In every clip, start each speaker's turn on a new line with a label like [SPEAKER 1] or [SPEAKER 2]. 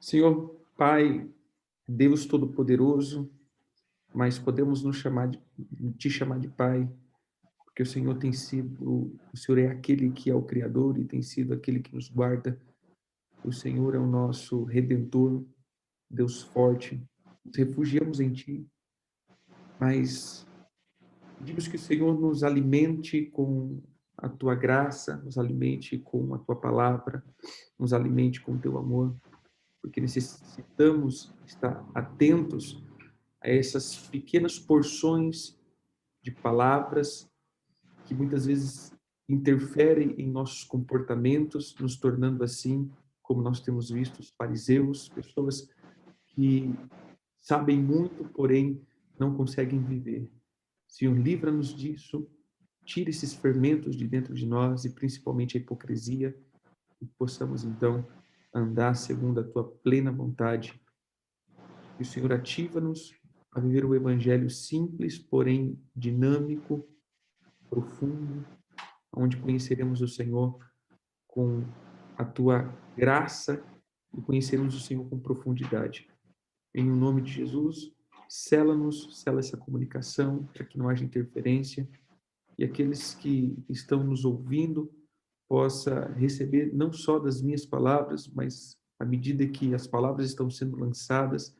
[SPEAKER 1] Senhor Pai, Deus Todo-Poderoso, mas podemos nos chamar de, te chamar de Pai, porque o Senhor tem sido, o Senhor é aquele que é o Criador e tem sido aquele que nos guarda. O Senhor é o nosso Redentor, Deus forte. Nos refugiamos em Ti, mas pedimos que o Senhor nos alimente com a Tua graça, nos alimente com a Tua palavra, nos alimente com o Teu amor porque necessitamos estar atentos a essas pequenas porções de palavras que muitas vezes interferem em nossos comportamentos, nos tornando assim, como nós temos visto, os fariseus, pessoas que sabem muito, porém não conseguem viver. Senhor, livra-nos disso, tira esses fermentos de dentro de nós e principalmente a hipocrisia, e possamos então andar segundo a tua plena vontade. E o Senhor ativa-nos a viver o evangelho simples, porém dinâmico, profundo, onde conheceremos o Senhor com a tua graça e conheceremos o Senhor com profundidade. Em o nome de Jesus, sela-nos, sela essa comunicação, para que não haja interferência e aqueles que estão nos ouvindo, possa receber não só das minhas palavras, mas à medida que as palavras estão sendo lançadas,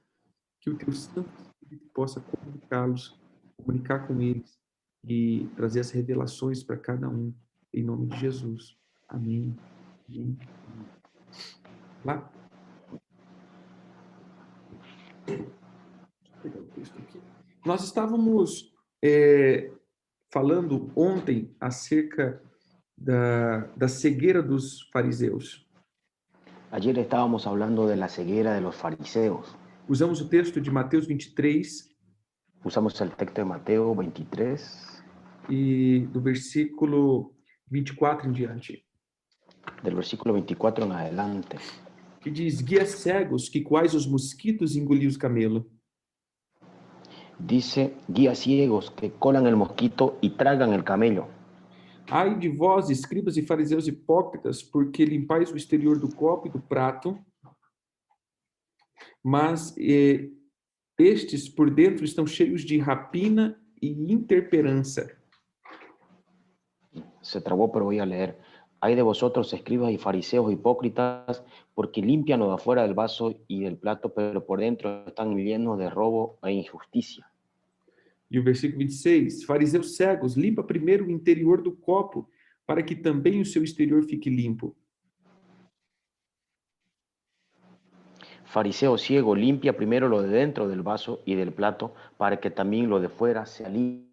[SPEAKER 1] que o teu Santo Espírito possa comunicá-los, comunicar com eles e trazer as revelações para cada um, em nome de Jesus. Amém. Amém. Lá. Pegar o texto aqui. Nós estávamos é, falando ontem acerca da, da, ceguera dos fariseus.
[SPEAKER 2] Ayer estábamos hablando de la ceguera de los fariseos.
[SPEAKER 1] Usamos o texto de Mateus 23.
[SPEAKER 2] Usamos el texto de Mateo 23.
[SPEAKER 1] E do versículo 24 em diante.
[SPEAKER 2] Del versículo 24 em adelante.
[SPEAKER 1] Que diz: Guia cegos, que quais os mosquitos engoliu os camelo.
[SPEAKER 2] Dice: Guía ciegos que colan el mosquito y tragan el camelo.
[SPEAKER 1] Ai de vós, escribas e fariseus hipócritas, porque limpais o exterior do copo e do prato, mas eh, estes por dentro estão cheios de rapina e interperança.
[SPEAKER 2] Se trabou, pero voy a leer. Ai de vosotros, escribas e fariseus hipócritas, porque limpiam o de afuera del vaso e del plato, pero por dentro estão llenos de robo e injusticia.
[SPEAKER 1] E o versículo 26, fariseus cegos, limpa primeiro o interior do copo, para que também o seu exterior fique limpo.
[SPEAKER 2] Fariseo ciego, limpia primeiro lo de dentro del vaso e del plato, para que também lo de fuera sea limpo.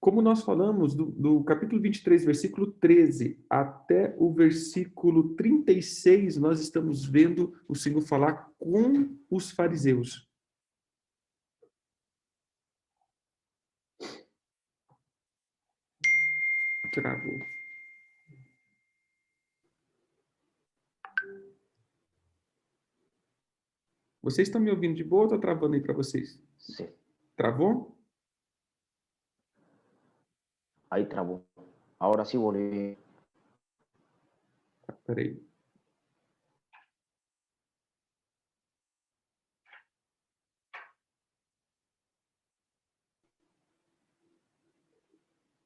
[SPEAKER 1] Como nós falamos do, do capítulo 23, versículo 13 até o versículo 36, nós estamos vendo o Senhor falar com os fariseus. travou. Vocês estão me ouvindo de boa ou está travando aí para vocês?
[SPEAKER 2] Sim.
[SPEAKER 1] Travou?
[SPEAKER 2] Aí travou. Agora sim, voltei.
[SPEAKER 1] Tá, peraí.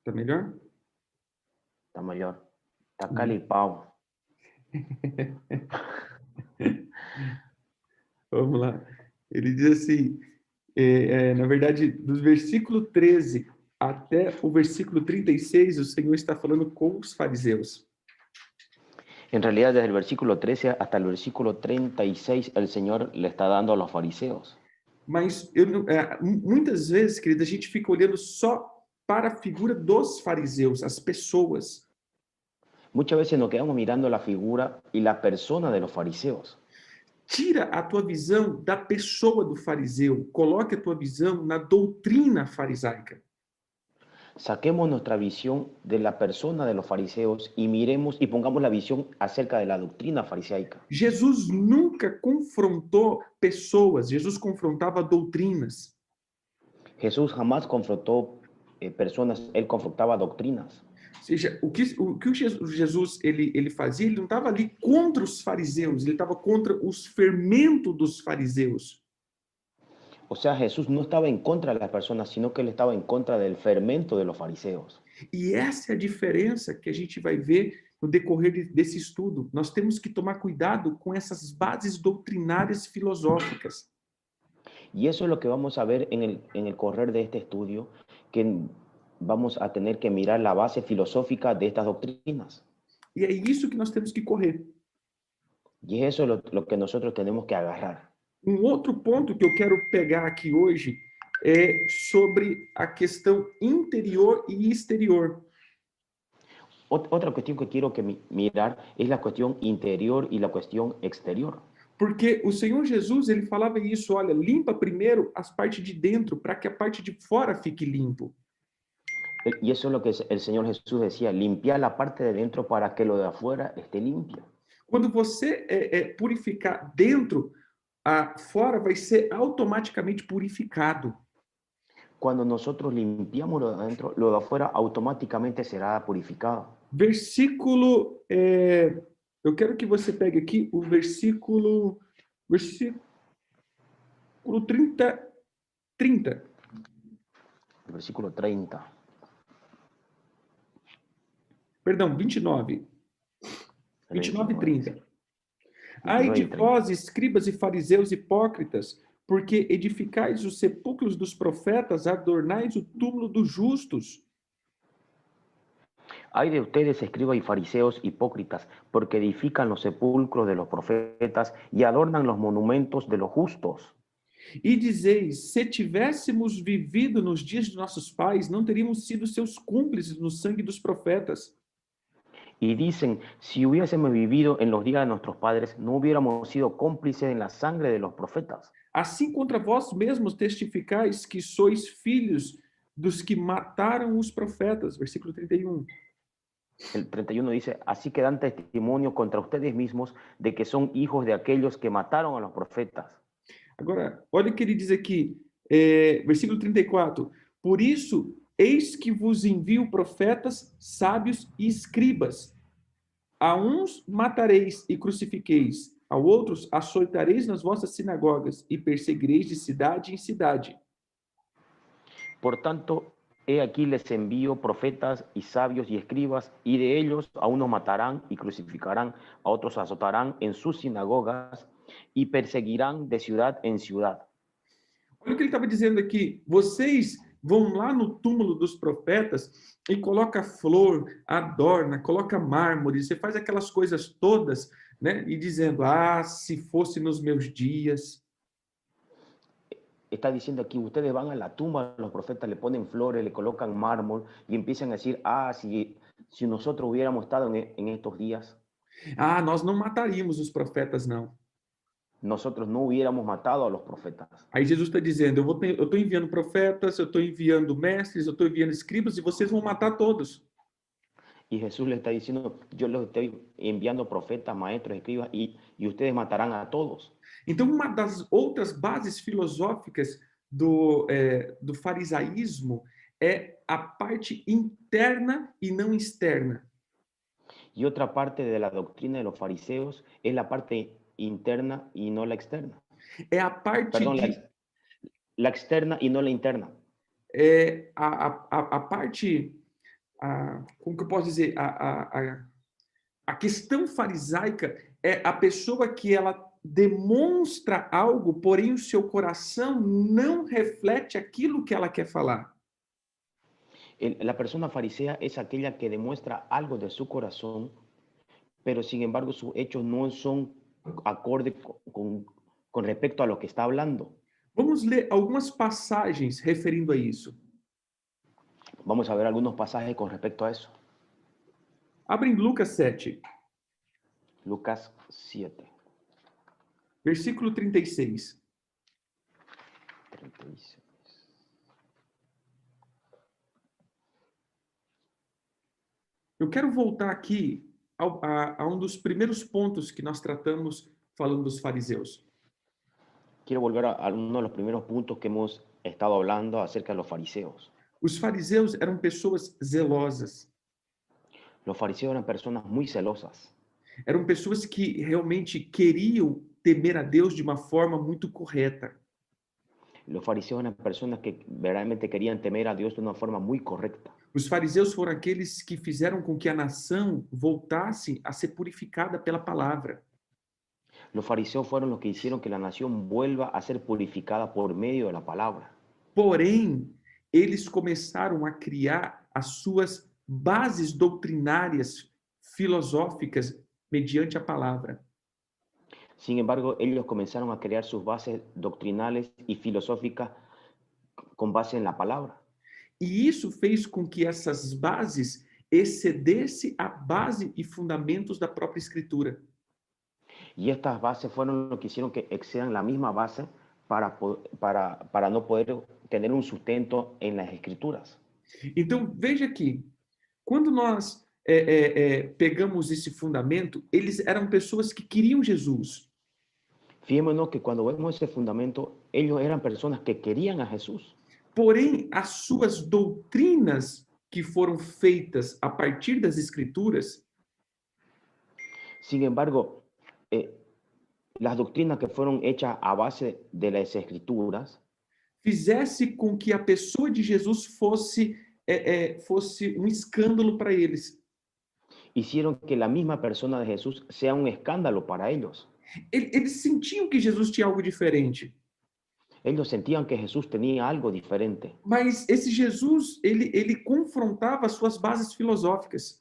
[SPEAKER 1] Tá melhor?
[SPEAKER 2] Está melhor. Está calipau.
[SPEAKER 1] Vamos lá. Ele diz assim, é, é, na verdade, do versículo 13 até o versículo 36, o Senhor está falando com os fariseus.
[SPEAKER 2] En realidad, desde el versículo 13 hasta el versículo 36, el Señor le está dando a los fariseos.
[SPEAKER 1] Mas eu, é, muitas vezes, querida, a gente fica olhando só para a figura dos fariseus, as pessoas.
[SPEAKER 2] Muitas vezes nos quedamos mirando a figura e a persona de los fariseus.
[SPEAKER 1] Tira a tua visão da pessoa do fariseu, coloque a tua visão na doutrina farisaica.
[SPEAKER 2] Saquemos nossa visão de la persona de los fariseos e miremos e pongamos a visão acerca de la doctrina farisaica.
[SPEAKER 1] Jesus nunca confrontou pessoas, Jesus confrontava doutrinas.
[SPEAKER 2] Jesus jamais confrontou personas, él eh, confrontaba doctrinas.
[SPEAKER 1] Ou seja, o que o, que o Jesus, Jesus ele, ele fazia, ele não estava ali contra os fariseus, ele estava contra os fermentos dos fariseus.
[SPEAKER 2] O sea, Jesús no estaba en contra de las personas, sino que él estaba en contra del fermento de los fariseos.
[SPEAKER 1] E essa é a diferença que a gente vai ver no decorrer de- desse estudo. Nós temos que tomar cuidado com essas bases doutrinárias filosóficas.
[SPEAKER 2] Y eso es lo que vamos a ver en el, en el correr de este estudio, que vamos a tener que mirar la base filosófica de estas doctrinas.
[SPEAKER 1] E é isso que nós temos que correr.
[SPEAKER 2] Y es eso lo, lo que nosotros tenemos que agarrar.
[SPEAKER 1] Um outro ponto que eu quero pegar aqui hoje é sobre a questão interior e exterior.
[SPEAKER 2] Ot- otra cuestión que quiero que mi- mirar es la cuestión interior y la cuestión exterior.
[SPEAKER 1] Porque o Senhor Jesus, ele falava isso, olha, limpa primeiro as partes de dentro, para que a parte de fora fique limpo.
[SPEAKER 2] El- Eh, Y eso es lo que el Señor Jesús decía, limpiar la parte de dentro para que lo de afuera esté limpio.
[SPEAKER 1] Quando você é, é, purificar dentro, a fora vai ser automaticamente purificado.
[SPEAKER 2] Cuando nosotros limpiamos lo de adentro, lo de afuera automáticamente será purificado.
[SPEAKER 1] Versículo, é, eu quero que você pegue aqui o versículo, versículo 30, 30.
[SPEAKER 2] El versículo 30.
[SPEAKER 1] Perdão, 29. 29 e 30. Ai
[SPEAKER 2] 29
[SPEAKER 1] de
[SPEAKER 2] e 30.
[SPEAKER 1] vós, escribas e fariseus hipócritas, porque edificais os sepulcros dos profetas, adornais o túmulo dos justos.
[SPEAKER 2] Hay de ustedes, escribas y fariseos hipócritas, porque edifican los sepulcros de los profetas y adornan los monumentos de los justos.
[SPEAKER 1] E dizeis: se tivéssemos vivido nos dias de nossos pais, não teríamos sido seus cúmplices no sangue dos profetas.
[SPEAKER 2] Y dicen, si hubiésemos vivido en los días de nuestros padres, no hubiéramos sido cómplices en la sangre de los profetas.
[SPEAKER 1] Assim contra vós mesmos testificais que sois filhos dos que mataram os profetas. Versículo 31.
[SPEAKER 2] El 31 dice, así que dan testimonio contra ustedes mismos de que son hijos de aquellos que mataron a los profetas.
[SPEAKER 1] Agora, olha o que ele diz aqui, é, versículo 34. Por isso, eis que vos envio profetas, sábios e escribas. A uns matareis e crucifiqueis, a outros açoitareis nas vossas sinagogas e perseguireis de cidade em cidade.
[SPEAKER 2] Por tanto, he aquí les envío profetas y sabios y escribas, y de ellos a unos matarán y crucificarán, a otros azotarán en sus sinagogas y perseguirán de ciudad en ciudad.
[SPEAKER 1] Olha o que ele estava dizendo aqui. Vocês vão lá no túmulo dos profetas e coloca flor, adorna, coloca mármore, você faz aquelas coisas todas, né? E dizendo: "Ah, se fosse nos meus dias".
[SPEAKER 2] Está diciendo aquí, ustedes van a la tumba, de los profetas le ponen flores, le colocan mármol y empiezan a decir, ah, si, si nosotros hubiéramos estado en, e- en estos días,
[SPEAKER 1] Ah, nós não mataríamos os profetas não.
[SPEAKER 2] nosotros no hubiéramos matado a los profetas.
[SPEAKER 1] Aí Jesus está dizendo: "Eu vou ter- eu estou enviando profetas, eu estou enviando mestres, eu estou enviando escribas e vocês vão matar todos".
[SPEAKER 2] Y Jesús le está diciendo, yo les estoy enviando profetas, maestros, escribas, y, y ustedes matarán a todos.
[SPEAKER 1] Então, uma das outras bases filosóficas do, eh, do farisaísmo é a parte interna e não externa.
[SPEAKER 2] Y otra parte de la doctrina de los fariseos es la parte interna y no la externa.
[SPEAKER 1] É a parte,
[SPEAKER 2] Perdón, la,
[SPEAKER 1] de,
[SPEAKER 2] ex- la externa y no la interna.
[SPEAKER 1] é, a, a, a- a parte, a, como que eu posso dizer, a, a, a, a questão farisaica é a pessoa que ela demonstra algo, porém o seu coração não reflete aquilo que ela quer falar.
[SPEAKER 2] El- la persona farisea es aquella que demuestra algo de su corazón, pero sin embargo sus hechos no son acorde co- con, con respecto a lo que está hablando.
[SPEAKER 1] Vamos ler algumas passagens referindo a isso.
[SPEAKER 2] Vamos a ver algunos pasajes con respecto a eso.
[SPEAKER 1] Abre em Lucas 7,
[SPEAKER 2] Lucas 7.
[SPEAKER 1] versículo 36.
[SPEAKER 2] 36.
[SPEAKER 1] Eu quero voltar aqui ao- a, a um dos primeiros pontos que nós tratamos falando dos fariseus.
[SPEAKER 2] Quiero volver a, a uno de los primeros puntos que hemos estado hablando acerca de los fariseos.
[SPEAKER 1] Os fariseus eram pessoas zelosas.
[SPEAKER 2] Los fariseos eran personas muy celosas.
[SPEAKER 1] Eram pessoas que realmente queriam temer a Deus de uma forma muito correta.
[SPEAKER 2] Los fariseos eran personas que verdaderamente querían temer a Dios de una forma muy correcta.
[SPEAKER 1] Os fariseus foram aqueles que fizeram com que a nação voltasse a ser purificada pela palavra.
[SPEAKER 2] Los fariseos fueron los que hicieron que la nación vuelva a ser purificada por medio de la palabra.
[SPEAKER 1] Porém, eles começaram a criar as suas bases doutrinárias filosóficas mediante a palavra.
[SPEAKER 2] Sin embargo, ellos comenzaron a crear sus bases doctrinales y filosóficas con base en la palabra.
[SPEAKER 1] E isso fez com que essas bases excedesse a base e fundamentos da própria escritura.
[SPEAKER 2] Y estas bases fueron lo que hicieron que excedan la misma base para, po- para, para no poder tener un sustento en las escrituras.
[SPEAKER 1] Então, veja que, quando nós é, é, é, pegamos esse fundamento, eles eram pessoas que queriam Jesus.
[SPEAKER 2] Fijémonos que cuando vemos ese fundamento, ellos eran personas que querían a Jesús,
[SPEAKER 1] Porém, as suas doutrinas que foram feitas a partir das escrituras,
[SPEAKER 2] Sin embargo, eh, las doctrinas que fueron hechas a base de las escrituras
[SPEAKER 1] fizesse com que a pessoa de Jesus fosse, é, é, fosse um escândalo para eles.
[SPEAKER 2] hicieron que la misma persona de Jesús sea un escándalo para ellos.
[SPEAKER 1] Ele- Eles sentiam que Jesus tinha algo diferente,
[SPEAKER 2] Ellos sentían que Jesús tenía algo diferente,
[SPEAKER 1] mas esse Jesus, ele, ele confrontava as suas bases filosóficas.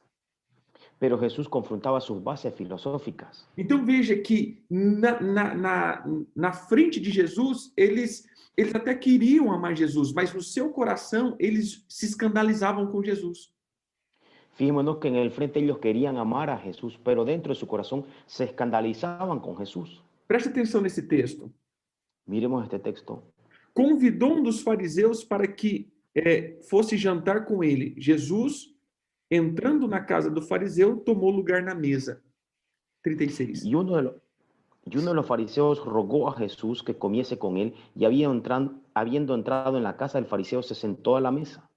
[SPEAKER 2] pero Jesús confrontaba sus bases filosóficas.
[SPEAKER 1] Então veja que na, na, na, na frente de Jesus, eles, eles até queriam amar Jesus, mas no seu coração eles se escandalizavam com Jesus.
[SPEAKER 2] Fijémonos que en el frente ellos querían amar a Jesús, pero dentro de su corazón se escandalizaban con Jesús.
[SPEAKER 1] Preste atenção nesse texto.
[SPEAKER 2] Miremos este texto.
[SPEAKER 1] Convidou um dos fariseus para que eh, fosse jantar com ele. Jesus, entrando na casa do fariseu, tomou lugar na mesa. 36.
[SPEAKER 2] Y uno de los, y uno de los fariseos rogó a Jesús que comiese con él, y había entran- habiendo entrado en la casa del fariseo, se sentó a la mesa.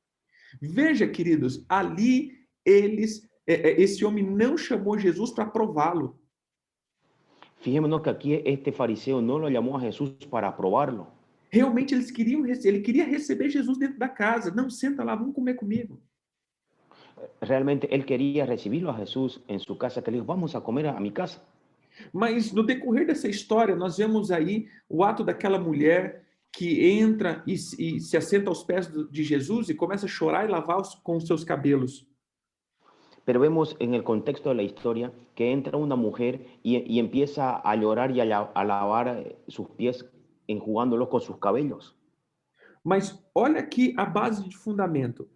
[SPEAKER 1] Veja, queridos, ali eles, eh, eh, esse homem não chamou Jesus para prová-lo.
[SPEAKER 2] Fijémonos que aquí este fariseo no lo llamó a Jesús para probarlo.
[SPEAKER 1] Realmente eles queriam, rece- ele queria receber Jesus dentro da casa. Não, senta lá, vamos comer comigo.
[SPEAKER 2] Realmente él quería recibirlo a Jesús en su casa, que le dijo, vamos a comer a, a mi casa.
[SPEAKER 1] Mas no decorrer dessa história, nós vemos aí o ato daquela mulher que entra e, se- e se assenta aos pés do- de Jesus e começa a chorar e lavar os, com os seus cabelos.
[SPEAKER 2] Pero vemos en el contexto de la historia que entra una mujer y, y empieza a llorar y a, la- a lavar eh, sus pies enjugándolos con sus cabellos.
[SPEAKER 1] Mas olha aqui a base de fundamento.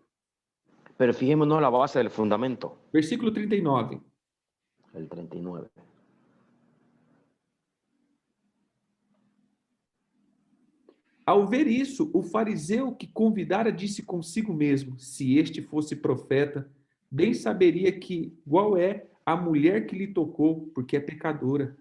[SPEAKER 2] Pero fijémonos la base del fundamento,
[SPEAKER 1] Versículo 39.
[SPEAKER 2] el 39.
[SPEAKER 1] Ao ver isso, o fariseu que convidara disse consigo mesmo: Se este fosse profeta, bem saberia que qual é a mulher que lhe tocou, porque é pecadora.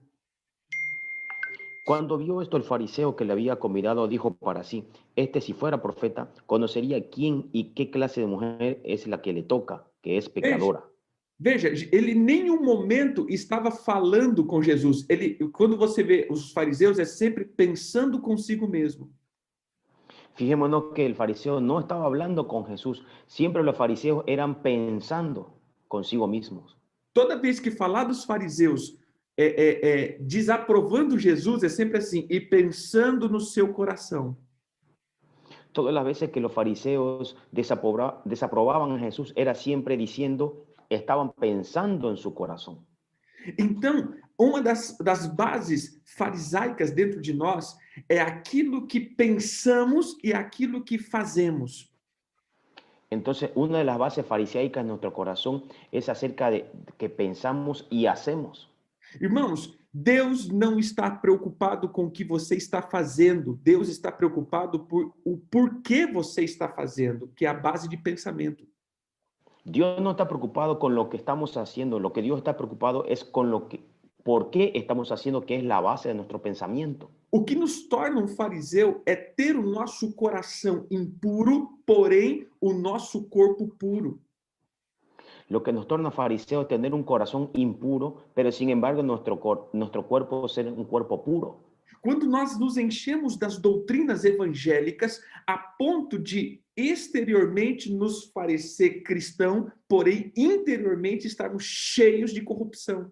[SPEAKER 2] Cuando vio esto el fariseo que le había convidado, dijo para sí, este si fuera profeta, conocería quién y qué clase de mujer es la que le toca, que es pecadora.
[SPEAKER 1] Veja, ele em nenhum momento estava falando com Jesus. Ele, quando você vê os fariseus, é sempre pensando consigo mesmo.
[SPEAKER 2] Fijémonos que el fariseo no estaba hablando con Jesús, siempre los fariseos eran pensando consigo mismos.
[SPEAKER 1] Toda vez que falar dos fariseus é, é, é, desaprovando Jesus, é sempre assim, e pensando no seu coração.
[SPEAKER 2] Todas las veces que los fariseos desapobra- desaprobaban a Jesús, era siempre diciendo, estaban pensando en su corazón.
[SPEAKER 1] Então, uma das, das bases farisaicas dentro de nós é aquilo que pensamos e aquilo que fazemos.
[SPEAKER 2] Entonces, una de las bases fariseicas en nuestro corazón es acerca de que pensamos y hacemos.
[SPEAKER 1] Irmãos, Deus não está preocupado com o que você está fazendo. Deus está preocupado por o porquê você está fazendo, que é a base de pensamento.
[SPEAKER 2] Dios no está preocupado con lo que estamos haciendo, lo que Dios está preocupado es con lo que, por qué estamos haciendo, que es la base de nuestro pensamiento.
[SPEAKER 1] O que nos torna um fariseu é ter o nosso coração impuro, porém o nosso corpo puro.
[SPEAKER 2] lo que nos torna fariseos es tener un corazón impuro, pero sin embargo nuestro, cor- nuestro cuerpo ser un cuerpo puro.
[SPEAKER 1] Quando nós nos enchemos das doutrinas evangélicas a ponto de exteriormente nos parecer cristão, porém interiormente estarmos cheios de corrupção.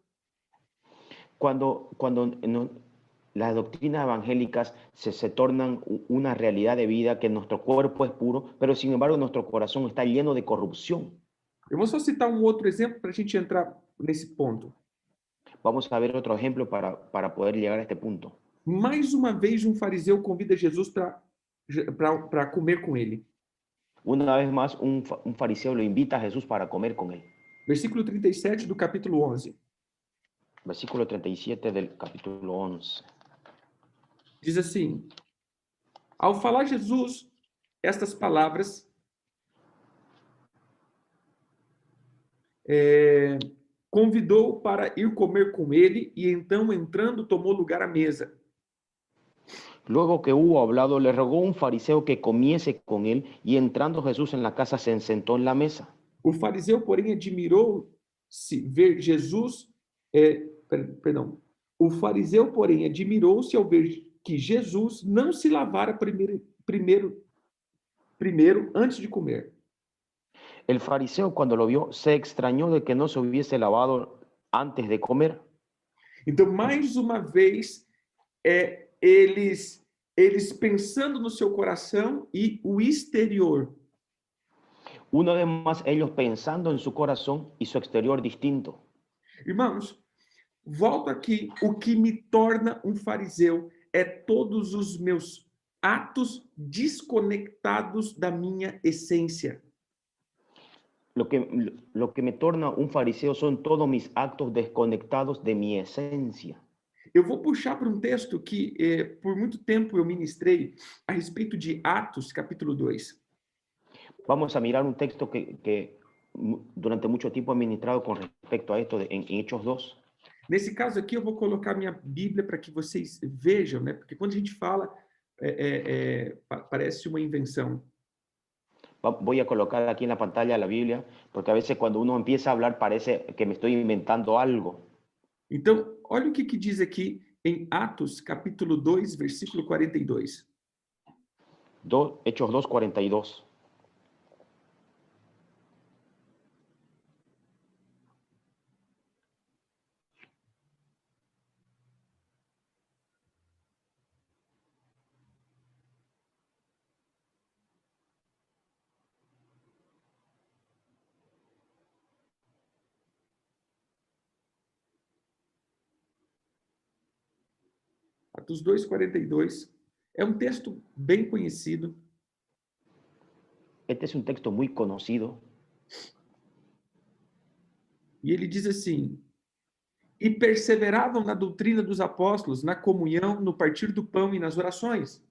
[SPEAKER 2] Cuando, cuando no- las doctrinas evangélicas se, se tornan u- una realidad de vida, que nuestro cuerpo es puro, pero sin embargo nuestro corazón está lleno de corrupción.
[SPEAKER 1] Eu vou só citar um outro exemplo para a gente entrar nesse ponto.
[SPEAKER 2] Vamos a ver otro ejemplo para, para poder llegar a este punto.
[SPEAKER 1] Mais uma vez, um fariseu convida Jesus para comer com ele.
[SPEAKER 2] Una vez más, un, fa- un fariseo lo invita a Jesús para comer con él.
[SPEAKER 1] Versículo 37 do capítulo 11.
[SPEAKER 2] Versículo 37 del capítulo 11.
[SPEAKER 1] Diz assim: Ao falar Jesus estas palavras, eh, convidou para ir comer com ele e então entrando tomou lugar à mesa.
[SPEAKER 2] Luego que hubo hablado, le rogó un fariseo que comiese con él, y entrando Jesús en la casa se sentó en la mesa.
[SPEAKER 1] O fariseu, porém, admirou-se ver Jesus. eh, per- perdão. O fariseu, porém, admirou-se ao ver que Jesus não se lavara primeiro, primeiro, primeiro antes de comer.
[SPEAKER 2] El fariseo cuando lo vio se extrañó de que no se hubiese lavado antes de comer.
[SPEAKER 1] Então, mais uma vez, é eles eles pensando no seu coração e o exterior.
[SPEAKER 2] Una vez más ellos pensando en su corazón y su exterior distinto.
[SPEAKER 1] Irmãos, volto aqui. O que me torna um fariseu é todos os meus atos desconectados da minha essência.
[SPEAKER 2] Lo que, lo que me torna un fariseo son todos mis actos desconectados de mi esencia.
[SPEAKER 1] Eu vou puxar para um texto que eh, por muito tempo eu ministrei a respeito de Atos, capítulo 2.
[SPEAKER 2] Vamos a mirar un texto que, que mu- durante mucho tiempo he ministrado con respecto a esto de- en, en Hechos 2.
[SPEAKER 1] Nesse caso aqui, eu vou colocar minha Bíblia para que vocês vejam, né? Porque quando a gente fala, é, é, é, pa- parece uma invenção.
[SPEAKER 2] Va- Voy a colocar aquí en la pantalla la Biblia, porque a veces cuando uno empieza a hablar parece que me estoy inventando algo.
[SPEAKER 1] Então, olha o que, que diz aqui em Atos, capítulo 2, versículo 42.
[SPEAKER 2] Do- Hechos 2.42.
[SPEAKER 1] Atos 2, 42. É um texto bem conhecido.
[SPEAKER 2] Este es un texto muy conocido.
[SPEAKER 1] E ele diz assim: E perseveravam na doutrina dos apóstolos, na comunhão, no partir do pão e nas orações.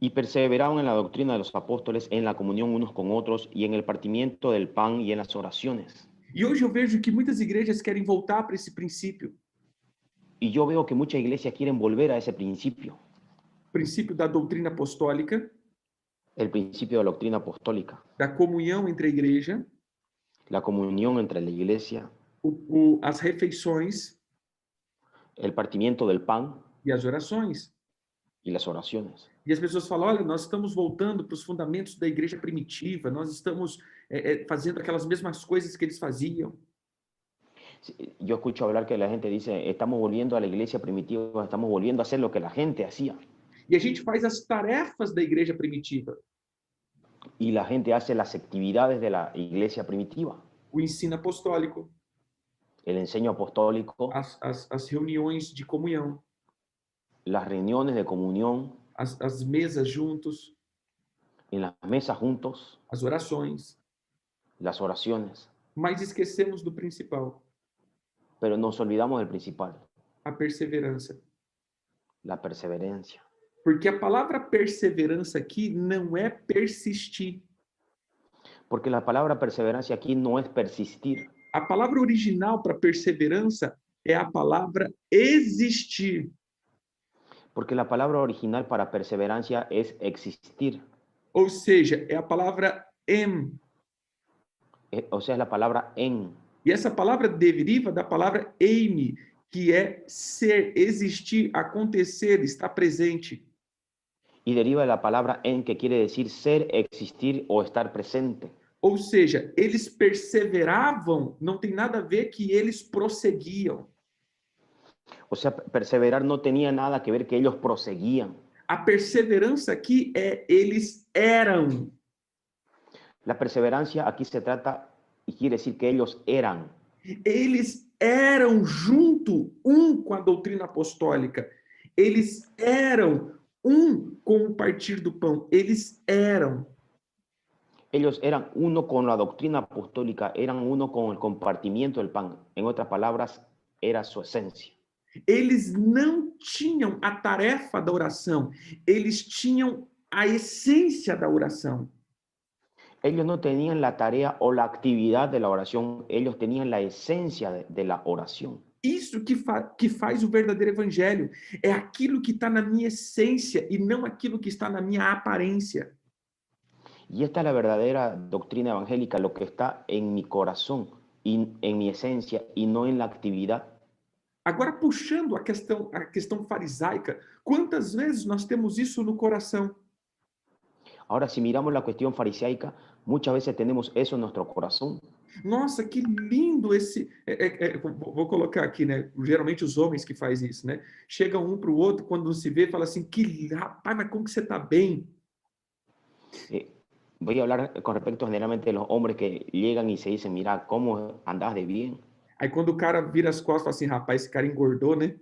[SPEAKER 2] Y perseveraban en la doctrina de los apóstoles, en la comunión unos con otros, y en el partimiento del pan y en las oraciones.
[SPEAKER 1] E hoje eu vejo que muitas igrejas querem voltar para esse princípio,
[SPEAKER 2] Y yo veo que muchas iglesias quieren volver a ese principio,
[SPEAKER 1] princípio da doutrina apostólica,
[SPEAKER 2] el principio de la doctrina apostólica,
[SPEAKER 1] da comunhão entre a igreja,
[SPEAKER 2] la comunión entre la iglesia,
[SPEAKER 1] o, o, as refeições
[SPEAKER 2] el partimiento del pan
[SPEAKER 1] e as orações.
[SPEAKER 2] y las oraciones.
[SPEAKER 1] E as pessoas falam: olha, nós estamos voltando para os fundamentos da igreja primitiva, nós estamos é, é, fazendo aquelas mesmas coisas que eles faziam.
[SPEAKER 2] Sí, Yo escucho hablar que la gente dice, estamos volviendo a la iglesia primitiva, estamos volviendo a hacer lo que la gente hacía.
[SPEAKER 1] E a gente faz as tarefas da igreja primitiva,
[SPEAKER 2] Y la gente hace las actividades de la iglesia primitiva,
[SPEAKER 1] o ensino apostólico,
[SPEAKER 2] el enseño apostólico,
[SPEAKER 1] as, as, as reuniões de comunhão,
[SPEAKER 2] las reuniones de comunión,
[SPEAKER 1] as, as mesas juntos,
[SPEAKER 2] en las mesas juntos,
[SPEAKER 1] as orações,
[SPEAKER 2] las oraciones,
[SPEAKER 1] mas esquecemos do principal,
[SPEAKER 2] pero nos olvidamos del principal,
[SPEAKER 1] a perseverança.
[SPEAKER 2] la perseverancia.
[SPEAKER 1] Porque a palavra perseverança aqui não é persistir.
[SPEAKER 2] Porque la palabra perseverancia aquí no es persistir.
[SPEAKER 1] A palavra original para perseverança é a palavra existir.
[SPEAKER 2] Porque la palabra original para perseverancia es existir.
[SPEAKER 1] Ou seja, é a palavra em.
[SPEAKER 2] eh, o sea, es la palabra en.
[SPEAKER 1] E essa palavra deriva da palavra eime, que é ser, existir, acontecer, estar presente.
[SPEAKER 2] Y deriva de la palabra en, que quiere decir ser, existir o estar presente.
[SPEAKER 1] Ou seja, eles perseveravam, não tem nada a ver que eles prosseguiam.
[SPEAKER 2] O sea, perseverar no tenía nada que ver que ellos proseguían.
[SPEAKER 1] A perseverança aqui é eles eram.
[SPEAKER 2] La perseverancia aquí se trata y quiere decir que ellos eran.
[SPEAKER 1] Eles eram junto um com a doutrina apostólica. Eles eram um com o partir do pão. Eles eram.
[SPEAKER 2] Ellos eran uno con la doctrina apostólica, eran uno con el compartimiento del pan. En otras palabras, era su esencia.
[SPEAKER 1] Eles não tinham a tarefa da oração, eles tinham a essência da oração.
[SPEAKER 2] Ellos no tenían la tarea o la actividad de la oración, ellos tenían la esencia de, de la oración.
[SPEAKER 1] Isso que, fa que faz o verdadeiro evangelho é aquilo que está na minha essência e não aquilo que está na minha aparência.
[SPEAKER 2] Y esta es la verdadera doctrina evangélica, lo que está en mi corazón y en mi esencia y no en la actividad.
[SPEAKER 1] Agora, puxando a questão, a questão farisaica, quantas vezes nós temos isso no coração?
[SPEAKER 2] Ahora, si miramos la cuestión farisaica, muchas veces tenemos eso en nuestro corazón.
[SPEAKER 1] Nossa, que lindo esse. é, é, é, vou- vou colocar aqui, né? Geralmente os homens que fazem isso, né? Chegam um para o outro, quando não se vê, fala assim: que rapaz, mas como que você está bem?
[SPEAKER 2] Eh, voy a hablar con respecto generalmente de los hombres que llegan y se dicen, mira, ¿cómo andás de bien?
[SPEAKER 1] Aí quando o cara vira as costas, fala assim: rapaz, esse cara engordou, né?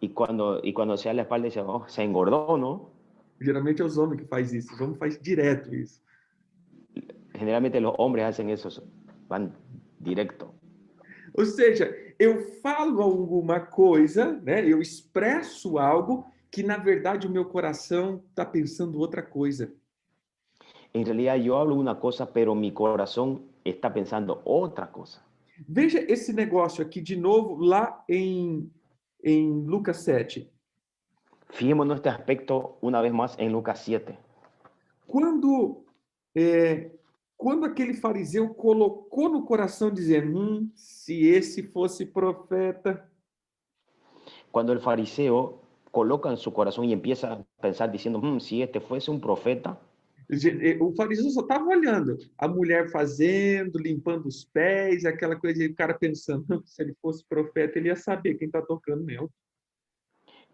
[SPEAKER 2] Y cuando, y cuando se da la espalda dice, "Oh, se engordó, ¿no?
[SPEAKER 1] Geralmente é os homens que faz isso, os homens fazem direto isso.
[SPEAKER 2] Generalmente los hombres hacen eso, van directo.
[SPEAKER 1] Ou seja, eu falo alguma coisa, né? Eu expresso algo que na verdade o meu coração está pensando outra coisa.
[SPEAKER 2] En realidad yo hablo una cosa, pero mi corazón está pensando otra cosa.
[SPEAKER 1] Veja esse negócio aqui de novo lá em em Lucas 7.
[SPEAKER 2] Fijémonos este aspecto una vez más en Lucas 7.
[SPEAKER 1] Quando é, quando aquele fariseu colocou no coração dizendo, hum, se esse fosse profeta,
[SPEAKER 2] Cuando el fariseo coloca en su corazón y empieza a pensar diciendo, "Mm, si este fuese un profeta,
[SPEAKER 1] Ge- eh, o fariseu só estava olhando a mulher fazendo, limpando os pés, aquela coisa, e o cara pensando, "Hum, se ele fosse profeta, ele ia saber quem está tocando nele.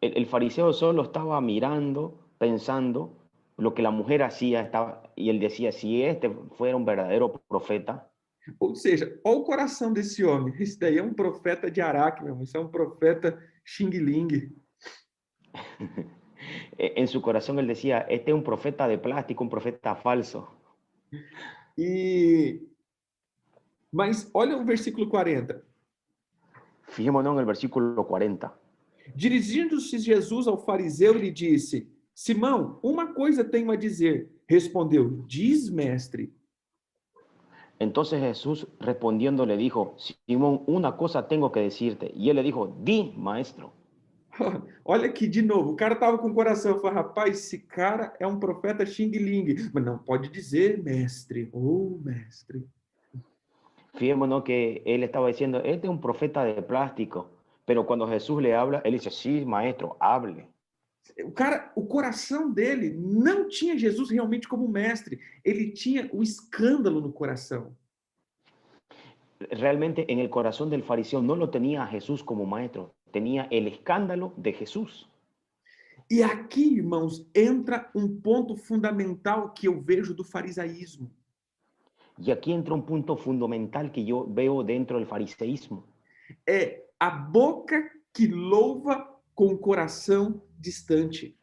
[SPEAKER 2] El, el fariseo solo estaba mirando, pensando lo que la mujer hacía, estaba, y él decía, si este fuera un verdadero profeta,
[SPEAKER 1] Ou seja, olha o coração desse homem. Esse daí é um profeta de Araque, meu irmão. Isso é um profeta Xing Ling.
[SPEAKER 2] e- en su corazón él decía, este es un profeta de plástico, un profeta falso.
[SPEAKER 1] E... Mas olha o versículo 40.
[SPEAKER 2] Fijémonos en el versículo 40.
[SPEAKER 1] Dirigindo-se Jesus ao fariseu, ele disse: Simão, uma coisa tenho a dizer. Respondeu: Diz, mestre.
[SPEAKER 2] Entonces Jesús respondiendo le dijo, Simón, una cosa tengo que decirte. Y él le dijo, di, maestro.
[SPEAKER 1] Olha aqui de novo, o cara tava com o coração, falou, rapaz, esse cara é um profeta Xing Ling, mas não pode dizer mestre, ou mestre.
[SPEAKER 2] Fijémonos que él estaba diciendo, este es un profeta de plástico. Pero cuando Jesús le habla, él dice, sí, maestro, hable.
[SPEAKER 1] O cara, o coração dele não tinha Jesus realmente como mestre, ele tinha o escândalo no coração.
[SPEAKER 2] realmente en el corazón del fariseo no lo tenía a Jesús como maestro, tenía el escándalo de Jesús.
[SPEAKER 1] E aqui, irmãos, entra um ponto fundamental que eu vejo do farisaísmo.
[SPEAKER 2] Y aquí entra un punto fundamental que yo veo dentro del fariseísmo.
[SPEAKER 1] É a boca que louva com o coração distante.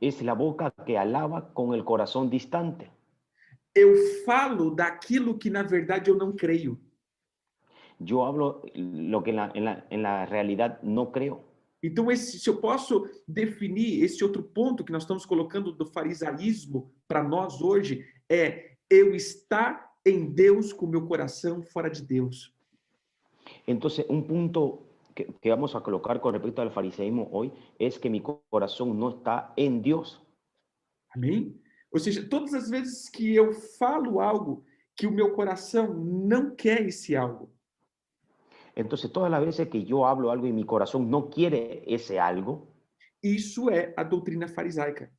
[SPEAKER 2] Es la boca que alaba con el corazón distante.
[SPEAKER 1] Eu falo daquilo que na verdade eu não creio.
[SPEAKER 2] Yo hablo lo que en la, en la- en la realidad no creo.
[SPEAKER 1] Então, esse- se eu posso definir esse outro ponto que nós estamos colocando do farisaísmo para nós hoje, é eu estar em Deus com o meu coração fora de Deus.
[SPEAKER 2] Entonces, un punto que, que vamos a colocar con respecto al fariseísmo hoy es que mi co- corazón no está en Dios.
[SPEAKER 1] Amém? Ou seja, todas as vezes que eu falo algo que o meu coração não quer esse algo.
[SPEAKER 2] Entonces, todas las veces que yo hablo algo y mi corazón no quiere ese algo,
[SPEAKER 1] Isso é a doutrina farisaica.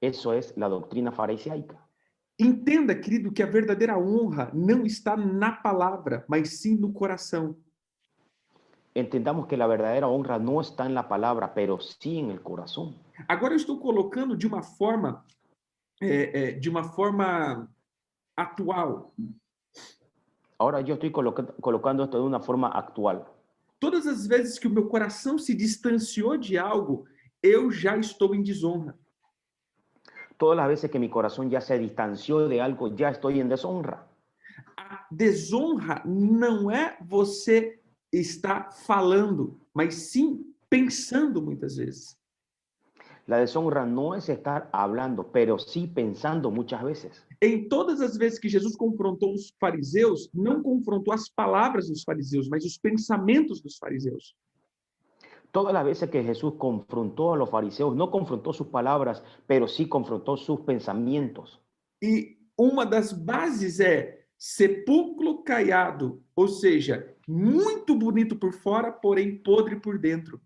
[SPEAKER 2] eso es la doctrina farisaica.
[SPEAKER 1] Entenda, querido, que a verdadeira honra não está na palavra, mas sim no coração.
[SPEAKER 2] Entendamos que la verdadera honra no está en la palabra, pero sí en el corazón.
[SPEAKER 1] Agora eu estou colocando de uma forma, é, é, de uma forma atual.
[SPEAKER 2] Ahora yo estoy coloca- colocando esto de una forma actual.
[SPEAKER 1] Todas as vezes que o meu coração se distanciou de algo, eu já estou em desonra.
[SPEAKER 2] Todas las veces que mi corazón ya se distanció de algo, ya estoy en deshonra.
[SPEAKER 1] A desonra não é você estar falando, mas sim pensando muitas vezes.
[SPEAKER 2] La deshonra no es estar hablando, pero sí pensando muchas veces.
[SPEAKER 1] Em todas as vezes que Jesus confrontou os fariseus, não confrontou as palavras dos fariseus, mas os pensamentos dos fariseus.
[SPEAKER 2] Todas las veces que Jesús confrontó a los fariseos, no confrontó sus palabras, pero sí confrontó sus pensamientos.
[SPEAKER 1] E uma das bases é sepulcro caiado, ou seja, muito bonito por fora, porém podre por dentro.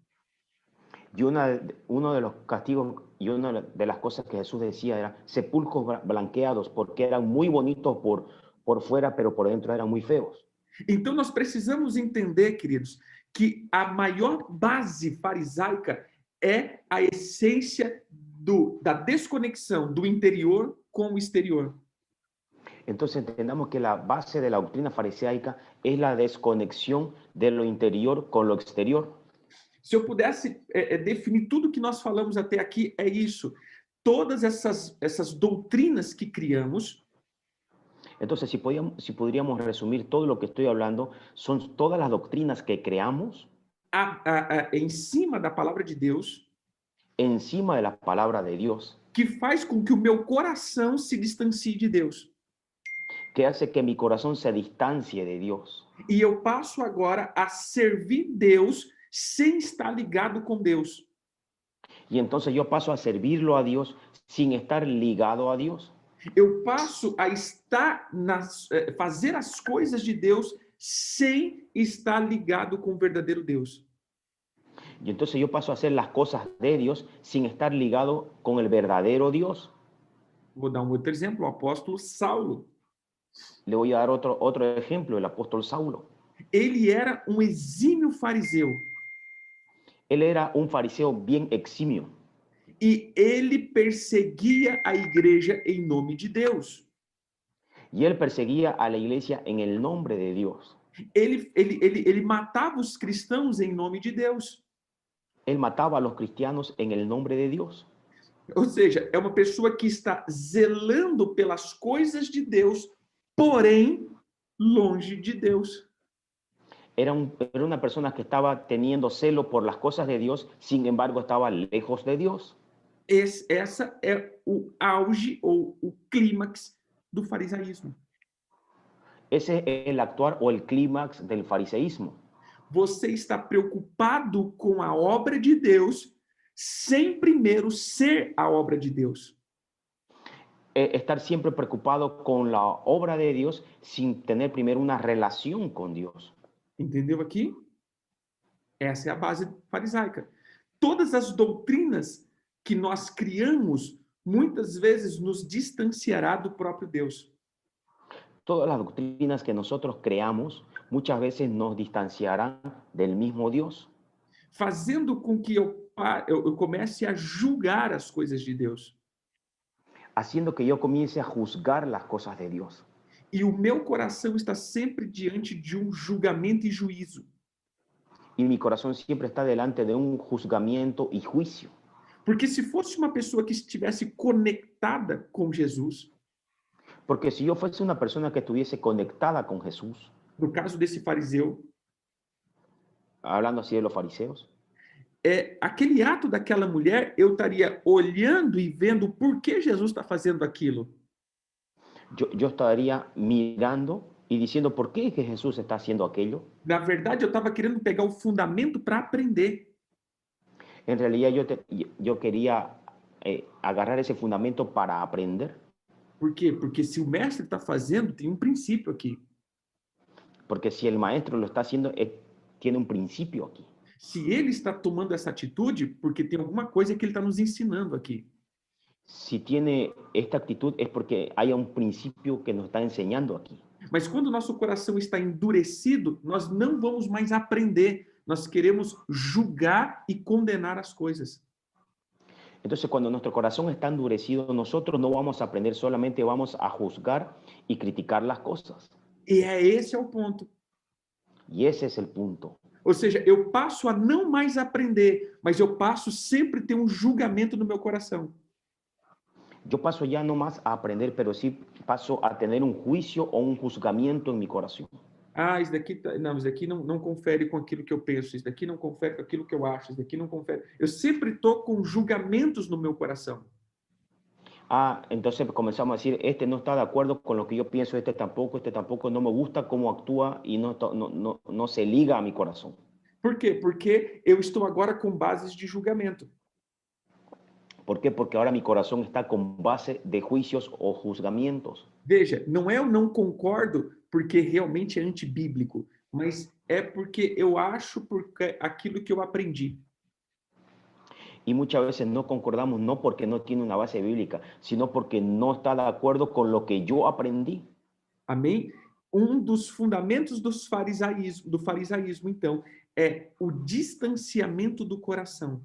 [SPEAKER 2] Y una, uno de los castigos y una de las cosas que Jesús decía era sepulcros bla- blanqueados, porque eran muy bonitos por, por fuera, pero por dentro eran muy feos.
[SPEAKER 1] Então nós precisamos entender, queridos, que a maior base farisaica é a essência do, da desconexão do interior com o exterior.
[SPEAKER 2] Entonces entendamos que la base de la doctrina farisaica es la desconexión de lo interior con lo exterior.
[SPEAKER 1] Se eu pudesse é, é, definir tudo que nós falamos até aqui, é isso. Todas essas, essas doutrinas que criamos
[SPEAKER 2] Entonces, si, podíamos, si podríamos resumir todo lo que estoy hablando, son todas las doctrinas que creamos
[SPEAKER 1] a- a- a- em cima da palavra de Deus
[SPEAKER 2] encima de la palabra de Dios,
[SPEAKER 1] que faz com que o meu coração se distancie de Deus.
[SPEAKER 2] que hace que mi corazón se distancie de Dios.
[SPEAKER 1] E eu passo agora a servir Deus sem estar ligado com Deus.
[SPEAKER 2] Y entonces yo paso a servirlo a Dios sin estar ligado a Dios.
[SPEAKER 1] Eu passo a estar nas eh, fazer as coisas de Deus sem estar ligado com o verdadeiro Deus.
[SPEAKER 2] Y entonces yo paso a hacer las cosas de Dios sin estar ligado con el verdadero Dios.
[SPEAKER 1] Vou dar um outro exemplo, o apóstolo Saulo.
[SPEAKER 2] Le voy a dar otro, otro ejemplo, el apóstol Saulo.
[SPEAKER 1] Ele era um exímio fariseu
[SPEAKER 2] Él era un fariseo bien eximio
[SPEAKER 1] e ele perseguia a igreja em nome de Deus.
[SPEAKER 2] y él perseguía a la iglesia en el nombre de Dios.
[SPEAKER 1] ele, ele, ele, ele matava os cristãos em nome de Deus.
[SPEAKER 2] Él mataba a los cristianos en el nombre de Dios.
[SPEAKER 1] Ou seja, é uma pessoa que está zelando pelas coisas de Deus, porém longe de Deus.
[SPEAKER 2] Era, un- era una persona que estaba teniendo celo por las cosas de Dios, sin embargo estaba lejos de Dios.
[SPEAKER 1] Esse, essa é o auge ou o clímax do farisaísmo.
[SPEAKER 2] Ese es el actuar o el clímax del fariseísmo.
[SPEAKER 1] Você está preocupado com a obra de Deus sem primeiro ser a obra de Deus.
[SPEAKER 2] Eh, estar siempre preocupado con la obra de Dios sin tener primero una relación con Dios.
[SPEAKER 1] Entendeu aqui? Essa é a base farisaica. Todas as doutrinas que nós criamos muitas vezes nos distanciará do próprio Deus.
[SPEAKER 2] Todas las doctrinas que nosotros creamos muchas veces nos distanciarán del mismo Dios,
[SPEAKER 1] Fazendo com que eu, pa- eu, eu comece a julgar as coisas de Deus.
[SPEAKER 2] haciendo que yo comience a juzgar las cosas de Dios.
[SPEAKER 1] E o meu coração está sempre diante de um julgamento e juízo.
[SPEAKER 2] Y mi corazón siempre está delante de un juzgamiento y juicio.
[SPEAKER 1] Porque se fosse uma pessoa que estivesse conectada com Jesus,
[SPEAKER 2] Porque si yo fuese una persona que estuviese conectada con Jesús,
[SPEAKER 1] no caso desse fariseu,
[SPEAKER 2] hablando así de los fariseos,
[SPEAKER 1] é, aquele ato daquela mulher, eu estaria olhando e vendo por que Jesus está fazendo aquilo.
[SPEAKER 2] yo, yo estaría mirando y diciendo, ¿por qué es que Jesús está haciendo aquello?
[SPEAKER 1] Na verdade, eu estava querendo pegar o fundamento para aprender.
[SPEAKER 2] En realidad yo, te- yo quería eh, agarrar ese fundamento para aprender.
[SPEAKER 1] Por quê? Porque se o mestre está fazendo, tem um princípio aqui.
[SPEAKER 2] Porque si el maestro lo está haciendo, eh, tiene un principio aquí.
[SPEAKER 1] Se ele está tomando essa atitude, porque tem alguma coisa que ele está nos ensinando aqui.
[SPEAKER 2] Si tiene esta actitud es porque haya un principio que nos está enseñando aquí.
[SPEAKER 1] Mas quando o nosso coração está endurecido, nós não vamos mais aprender. Nós queremos julgar e condenar as coisas.
[SPEAKER 2] Entonces, cuando nuestro corazón está endurecido, nosotros no vamos a aprender, solamente vamos a juzgar y criticar las cosas.
[SPEAKER 1] E é esse é o ponto.
[SPEAKER 2] Y ese es el punto.
[SPEAKER 1] Ou seja, eu passo a não mais aprender, mas eu passo sempre a ter um julgamento no meu coração.
[SPEAKER 2] Yo paso ya no más a aprender, pero sí paso a tener un juicio o un juzgamiento en mi corazón.
[SPEAKER 1] Ah, isso daqui, tá- não, isso daqui não, não confere com aquilo que eu penso, isso daqui não confere com aquilo que eu acho, isso daqui não confere. Eu sempre estou com julgamentos no meu coração.
[SPEAKER 2] Ah, entonces comenzamos a decir, este no está de acuerdo con lo que yo pienso, este tampoco, este tampoco, no me gusta cómo actúa y no, to- no, no, no se liga a mi corazón.
[SPEAKER 1] Por quê? Porque eu estou agora com bases de julgamento.
[SPEAKER 2] ¿Por qué? Porque ahora mi corazón está con base de juicios o juzgamientos.
[SPEAKER 1] Veja, não é eu não concordo porque realmente é antibíblico, mas é porque eu acho porque aquilo que eu aprendi.
[SPEAKER 2] Y muchas veces no concordamos no porque no tiene una base bíblica, sino porque no está de acuerdo con lo que yo aprendí.
[SPEAKER 1] Amém? Um dos fundamentos dos farisaísmo, do farisaísmo, então, é o distanciamento do coração.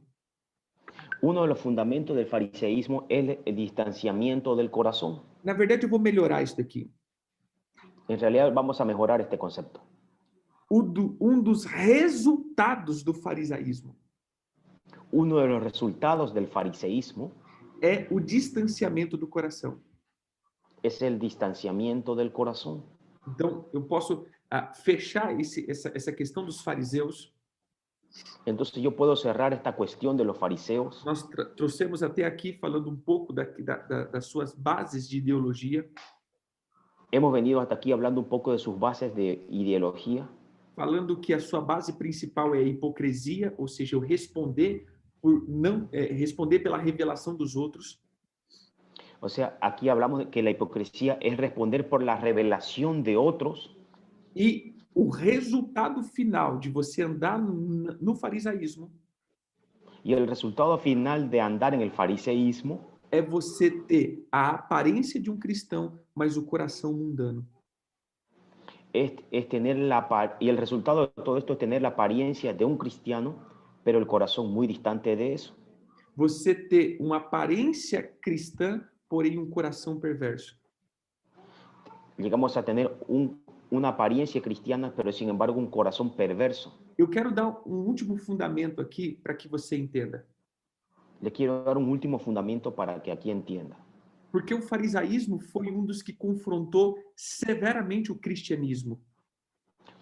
[SPEAKER 2] Uno de los fundamentos del fariseísmo es el distanciamiento del corazón.
[SPEAKER 1] Na verdade, eu vou melhorar isso daqui.
[SPEAKER 2] En realidad vamos a mejorar este concepto.
[SPEAKER 1] O do- um dos resultados do farisaísmo
[SPEAKER 2] Uno de los resultados del fariseísmo
[SPEAKER 1] é o distanciamento do coração.
[SPEAKER 2] es el distanciamiento del corazón.
[SPEAKER 1] Então, eu posso ah, fechar esse, essa, esa questão dos fariseus.
[SPEAKER 2] Entonces yo puedo cerrar esta cuestión de los fariseos.
[SPEAKER 1] Nós tra- trouxemos até aqui falando um pouco da, da, da, das suas bases de ideologia.
[SPEAKER 2] Hemos venido hasta aquí hablando un poco de sus bases de ideología,
[SPEAKER 1] falando que a sua base principal é a hipocrisia, ou seja, eu responder por não eh, responder pela revelação dos outros.
[SPEAKER 2] O sea, aquí hablamos de que la hipocresía es responder por la revelación de otros
[SPEAKER 1] E o resultado final de você andar no no farisaísmo
[SPEAKER 2] y el resultado final de andar en el fariseísmo
[SPEAKER 1] é você ter a aparência de um cristão, mas o coração mundano.
[SPEAKER 2] es, es tener la par- y el resultado de todo esto es tener la apariencia de un cristiano, pero el corazón muy distante de eso.
[SPEAKER 1] Você ter uma aparência cristã, porém um coração perverso.
[SPEAKER 2] Llegamos a tener un- una apariencia cristiana, pero sin embargo un corazón perverso.
[SPEAKER 1] Eu quero dar um último fundamento aqui para que você entenda.
[SPEAKER 2] Le quiero dar un último fundamento para que aquí entienda,
[SPEAKER 1] Porque o farisaísmo foi um dos que confrontou severamente o cristianismo.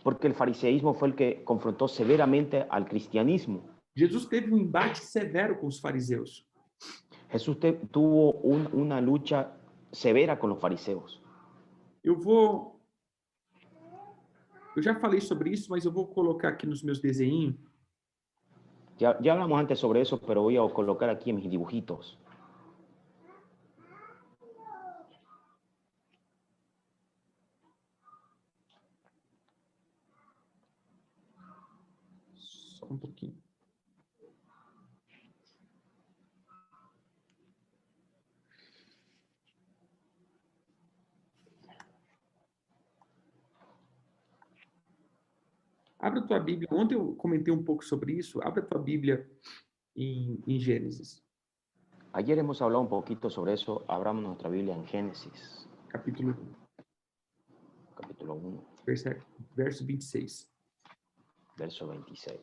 [SPEAKER 2] porque el fariseísmo fue el que confrontó severamente al cristianismo.
[SPEAKER 1] Jesus teve um embate severo com os fariseus.
[SPEAKER 2] Jesús te- tuvo un- una lucha severa con los fariseos.
[SPEAKER 1] Eu vou. Eu já falei sobre isso, mas eu vou colocar aqui nos meus desenhos.
[SPEAKER 2] Ya, ya hablamos antes sobre eso, pero voy a colocar aquí en mis dibujitos.
[SPEAKER 1] Só um pouquinho. Abra tua Bíblia. Ontem eu comentei um pouco sobre isso. Abra tua Bíblia em, em Gênesis,
[SPEAKER 2] Ayer hemos hablado un poquito sobre eso. Abramos nuestra Biblia en Génesis,
[SPEAKER 1] capítulo
[SPEAKER 2] capítulo 1,
[SPEAKER 1] verse- verso 26.
[SPEAKER 2] verso 26.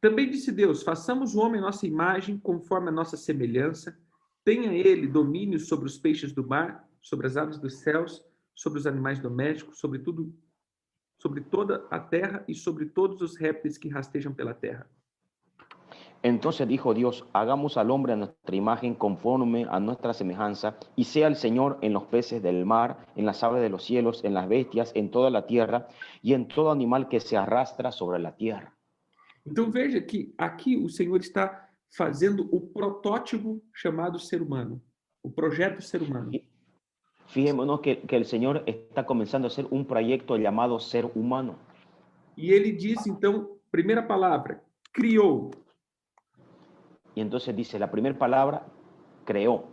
[SPEAKER 1] Também disse Deus: façamos o homem à nossa imagem, conforme a nossa semelhança. Tenha ele domínio sobre os peixes do mar, sobre as aves dos céus, sobre os animais domésticos, sobre tudo, sobre toda a terra e sobre todos os répteis que rastejam pela terra.
[SPEAKER 2] Entonces dijo Dios, hagamos al hombre a nuestra imagen conforme a nuestra semejanza, y sea el Señor en los peces del mar, en las aves de los cielos, en las bestias, en toda la tierra, y en todo animal que se arrastra sobre la tierra.
[SPEAKER 1] Então veja que aqui o Senhor está fazendo o protótipo chamado ser humano, o projeto ser humano.
[SPEAKER 2] Fijémonos que, que el Señor está comenzando a hacer un proyecto llamado ser humano.
[SPEAKER 1] E ele diz então, primeira palavra, criou.
[SPEAKER 2] Y entonces dice, la primera palabra, creó.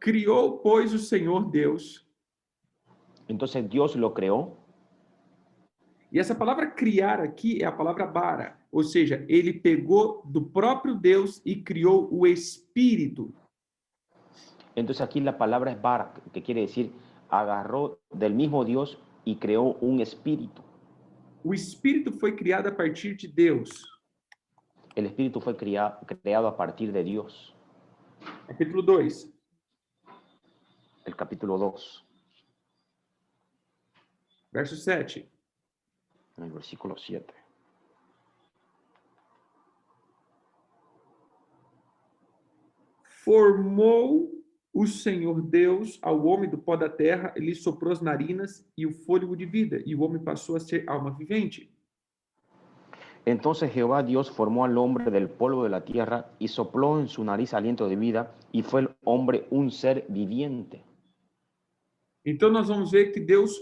[SPEAKER 1] Criou, pois, o Senhor Deus.
[SPEAKER 2] Entonces Dios lo creó.
[SPEAKER 1] E essa palavra criar aqui é a palavra bara, ou seja, ele pegou do próprio Deus e criou o espírito.
[SPEAKER 2] Entonces aquí la palabra es bara, que quiere decir agarró del mismo Dios y creó un espíritu.
[SPEAKER 1] O espírito foi criado a partir de Deus.
[SPEAKER 2] El espíritu fue crea- creado a partir de Dios.
[SPEAKER 1] Capítulo 2.
[SPEAKER 2] El capítulo 2,
[SPEAKER 1] Verso 7.
[SPEAKER 2] en el versículo 7.
[SPEAKER 1] Formou o Senhor Deus ao homem do pó da terra, ele soprou as narinas e o fôlego de vida, e o homem passou a ser alma vivente.
[SPEAKER 2] Entonces Jehová Dios formó al hombre del polvo de la tierra y sopló en su nariz aliento de vida y fue el hombre un ser viviente.
[SPEAKER 1] Então nós vamos ver que Deus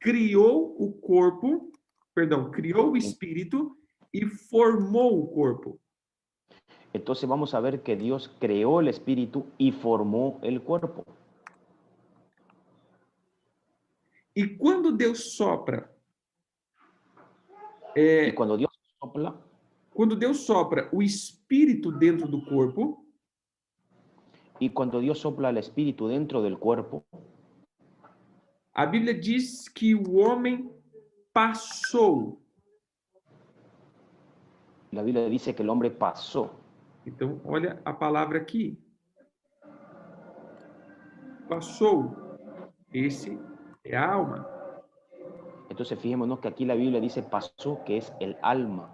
[SPEAKER 1] criou o corpo, perdão, criou o espírito e formou o corpo.
[SPEAKER 2] Entonces vamos a ver que Dios creó el espíritu y formó el cuerpo.
[SPEAKER 1] E quando Deus sopra, é,
[SPEAKER 2] Y cuando Dios sopla,
[SPEAKER 1] quando Deus sopra o espírito dentro do corpo,
[SPEAKER 2] y cuando Dios sopla el espíritu dentro del cuerpo,
[SPEAKER 1] a Bíblia diz que o homem passou.
[SPEAKER 2] la Biblia dice que el hombre pasó.
[SPEAKER 1] Então, olha a palavra aqui. Passou. Esse é a alma.
[SPEAKER 2] Entonces fijémonos que aquí la Biblia dice pasó, que es el alma.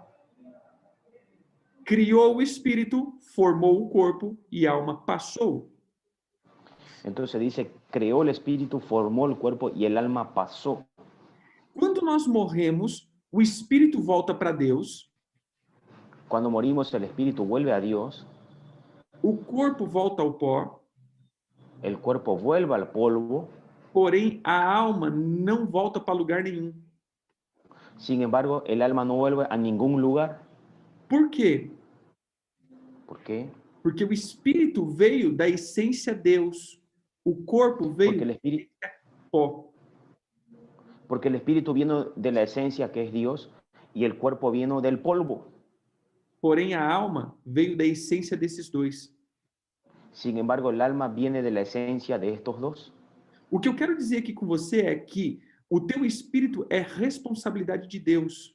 [SPEAKER 1] Criou o espírito, formou o corpo e a alma passou.
[SPEAKER 2] Entonces dice creó el espíritu, formó el cuerpo y el alma pasó.
[SPEAKER 1] Quando nós morremos, o espírito volta para Deus,
[SPEAKER 2] Cuando morimos el espíritu vuelve a Dios,
[SPEAKER 1] o corpo volta ao pó,
[SPEAKER 2] el cuerpo vuelve al polvo,
[SPEAKER 1] porém a alma não volta para lugar nenhum.
[SPEAKER 2] sin embargo el alma no vuelve a ningún lugar.
[SPEAKER 1] Por quê?
[SPEAKER 2] ¿Por qué?
[SPEAKER 1] Porque o espírito veio da essência Deus, o corpo veio
[SPEAKER 2] Porque el espíritu,
[SPEAKER 1] do pó.
[SPEAKER 2] porque el espíritu vino de la esencia que es Dios y el cuerpo vino del polvo.
[SPEAKER 1] Porém, a alma veio da essência desses dois.
[SPEAKER 2] Sin embargo, el alma viene de la esencia de estos dos.
[SPEAKER 1] O que eu quero dizer aqui com você é que o teu espírito é responsabilidade de Deus.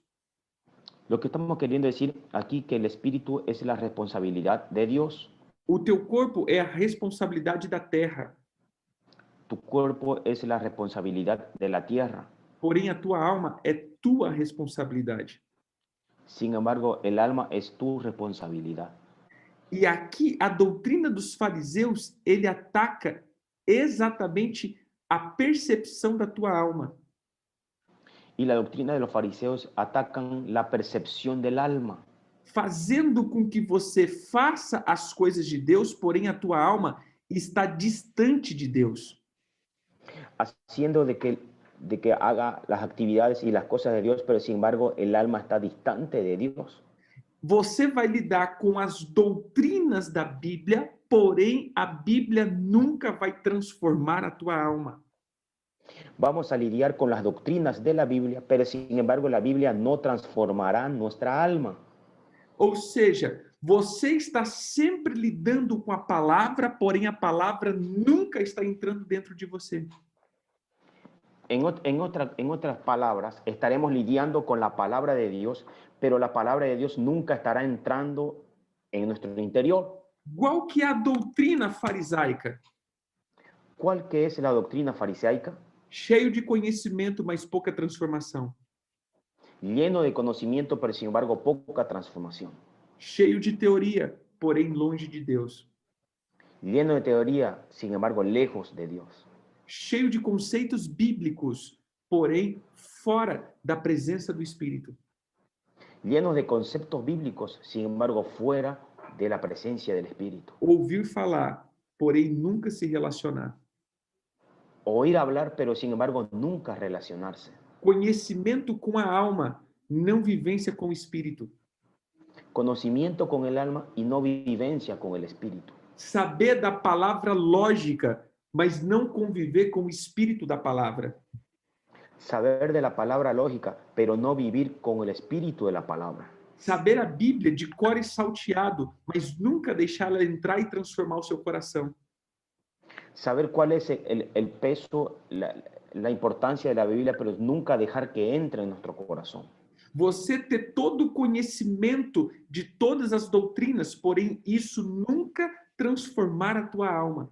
[SPEAKER 2] Lo que estamos queriendo decir aquí que el espíritu es la responsabilidad de Dios.
[SPEAKER 1] O teu corpo é a responsabilidade da terra.
[SPEAKER 2] Tu cuerpo es la responsabilidad de la tierra.
[SPEAKER 1] Porém, a tua alma é tua responsabilidade.
[SPEAKER 2] Sin embargo, el alma es tu responsabilidad.
[SPEAKER 1] E aqui a doutrina dos fariseus, ele ataca exatamente a percepção da tua alma.
[SPEAKER 2] Y la doctrina de los fariseos atacan la percepción del alma,
[SPEAKER 1] fazendo com que você faça as coisas de Deus, porém a tua alma está distante de Deus.
[SPEAKER 2] haciendo de que, de que haga las actividades y las cosas de Dios, pero sin embargo el alma está distante de Dios.
[SPEAKER 1] Você vai lidar com as doutrinas da Bíblia, porém a Bíblia nunca vai transformar a tua alma.
[SPEAKER 2] Vamos a lidiar con las doctrinas de la Biblia, pero sin embargo la Biblia no transformará nuestra alma.
[SPEAKER 1] Ou seja, você está sempre lidando com a palavra, porém a palavra nunca está entrando dentro de você.
[SPEAKER 2] En, ot- en otra- en otras palabras, estaremos lidiando con la palabra de Dios, pero la palabra de Dios nunca estará entrando en nuestro interior.
[SPEAKER 1] Qual que é a doutrina farisaica?
[SPEAKER 2] ¿Cuál que es la doctrina farisaica?
[SPEAKER 1] Cheio de conhecimento, mas pouca transformação.
[SPEAKER 2] Lleno de conocimiento, pero sin embargo poca transformación.
[SPEAKER 1] cheio de teoria, porém longe de Deus.
[SPEAKER 2] Lleno de teoría, sin embargo lejos de Deus.
[SPEAKER 1] Cheio de conceitos bíblicos, porém fora da presença do Espírito.
[SPEAKER 2] llenos de conceptos bíblicos, sin embargo fuera de la presencia del Espíritu.
[SPEAKER 1] Ouvir falar, porém nunca se relacionar.
[SPEAKER 2] Oír hablar, pero sin embargo nunca relacionarse.
[SPEAKER 1] Conhecimento com a alma, não vivência com o Espírito.
[SPEAKER 2] Conocimiento con el alma y no vivencia con el Espíritu.
[SPEAKER 1] Saber da palavra lógica, mas não conviver com o Espírito da palavra.
[SPEAKER 2] Saber de la palabra lógica, pero no vivir con el Espíritu de la palabra.
[SPEAKER 1] Saber a Bíblia de core salteado, mas nunca deixá-la entrar e transformar o seu coração.
[SPEAKER 2] Saber cuál es el, el peso, la, la importancia de la Biblia, pero nunca dejar que entre en nuestro corazón.
[SPEAKER 1] Você ter todo o conhecimento de todas as doutrinas, porém isso nunca transformar a tua alma.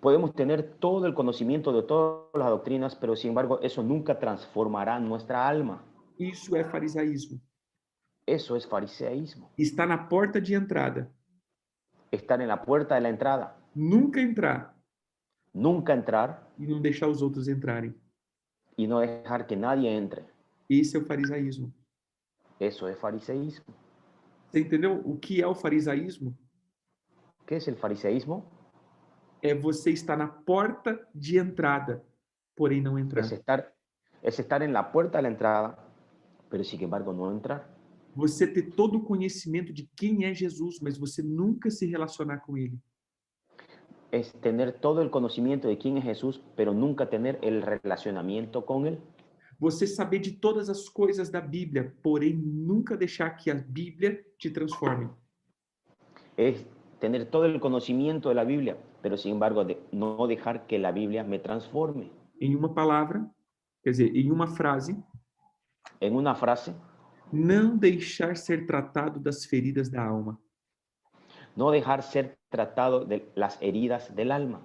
[SPEAKER 2] Podemos tener todo el conocimiento de todas las doctrinas, pero sin embargo eso nunca transformará nuestra alma.
[SPEAKER 1] Isso é farisaísmo.
[SPEAKER 2] Eso es fariseísmo.
[SPEAKER 1] Está na porta de entrada.
[SPEAKER 2] Estar en la puerta de la entrada,
[SPEAKER 1] Nunca entrar
[SPEAKER 2] nunca entrar
[SPEAKER 1] e não deixar os outros entrarem.
[SPEAKER 2] y no dejar que nadie entre.
[SPEAKER 1] Esse é o farisaísmo.
[SPEAKER 2] Eso es fariseísmo.
[SPEAKER 1] Você entendeu o que é o farisaísmo?
[SPEAKER 2] ¿Qué es el fariseísmo?
[SPEAKER 1] É você estar na porta de entrada, porém não entrar.
[SPEAKER 2] Es estar, es estar en la puerta de la entrada, pero sin embargo no entrar.
[SPEAKER 1] Você ter todo o conhecimento de quem é Jesus, mas você nunca se relacionar com ele.
[SPEAKER 2] Es tener todo el conocimiento de quién es Jesús, pero nunca tener el relacionamiento con Él.
[SPEAKER 1] Você saber de todas as coisas da Bíblia, porém nunca deixar que a Bíblia te transforme.
[SPEAKER 2] Es tener todo el conocimiento de la Biblia, pero sin embargo de- no dejar que la Biblia me transforme.
[SPEAKER 1] Em uma palavra, quer dizer, em uma frase,
[SPEAKER 2] En una frase,
[SPEAKER 1] não deixar ser tratado das feridas da alma.
[SPEAKER 2] no dejar ser tratado de las heridas del alma.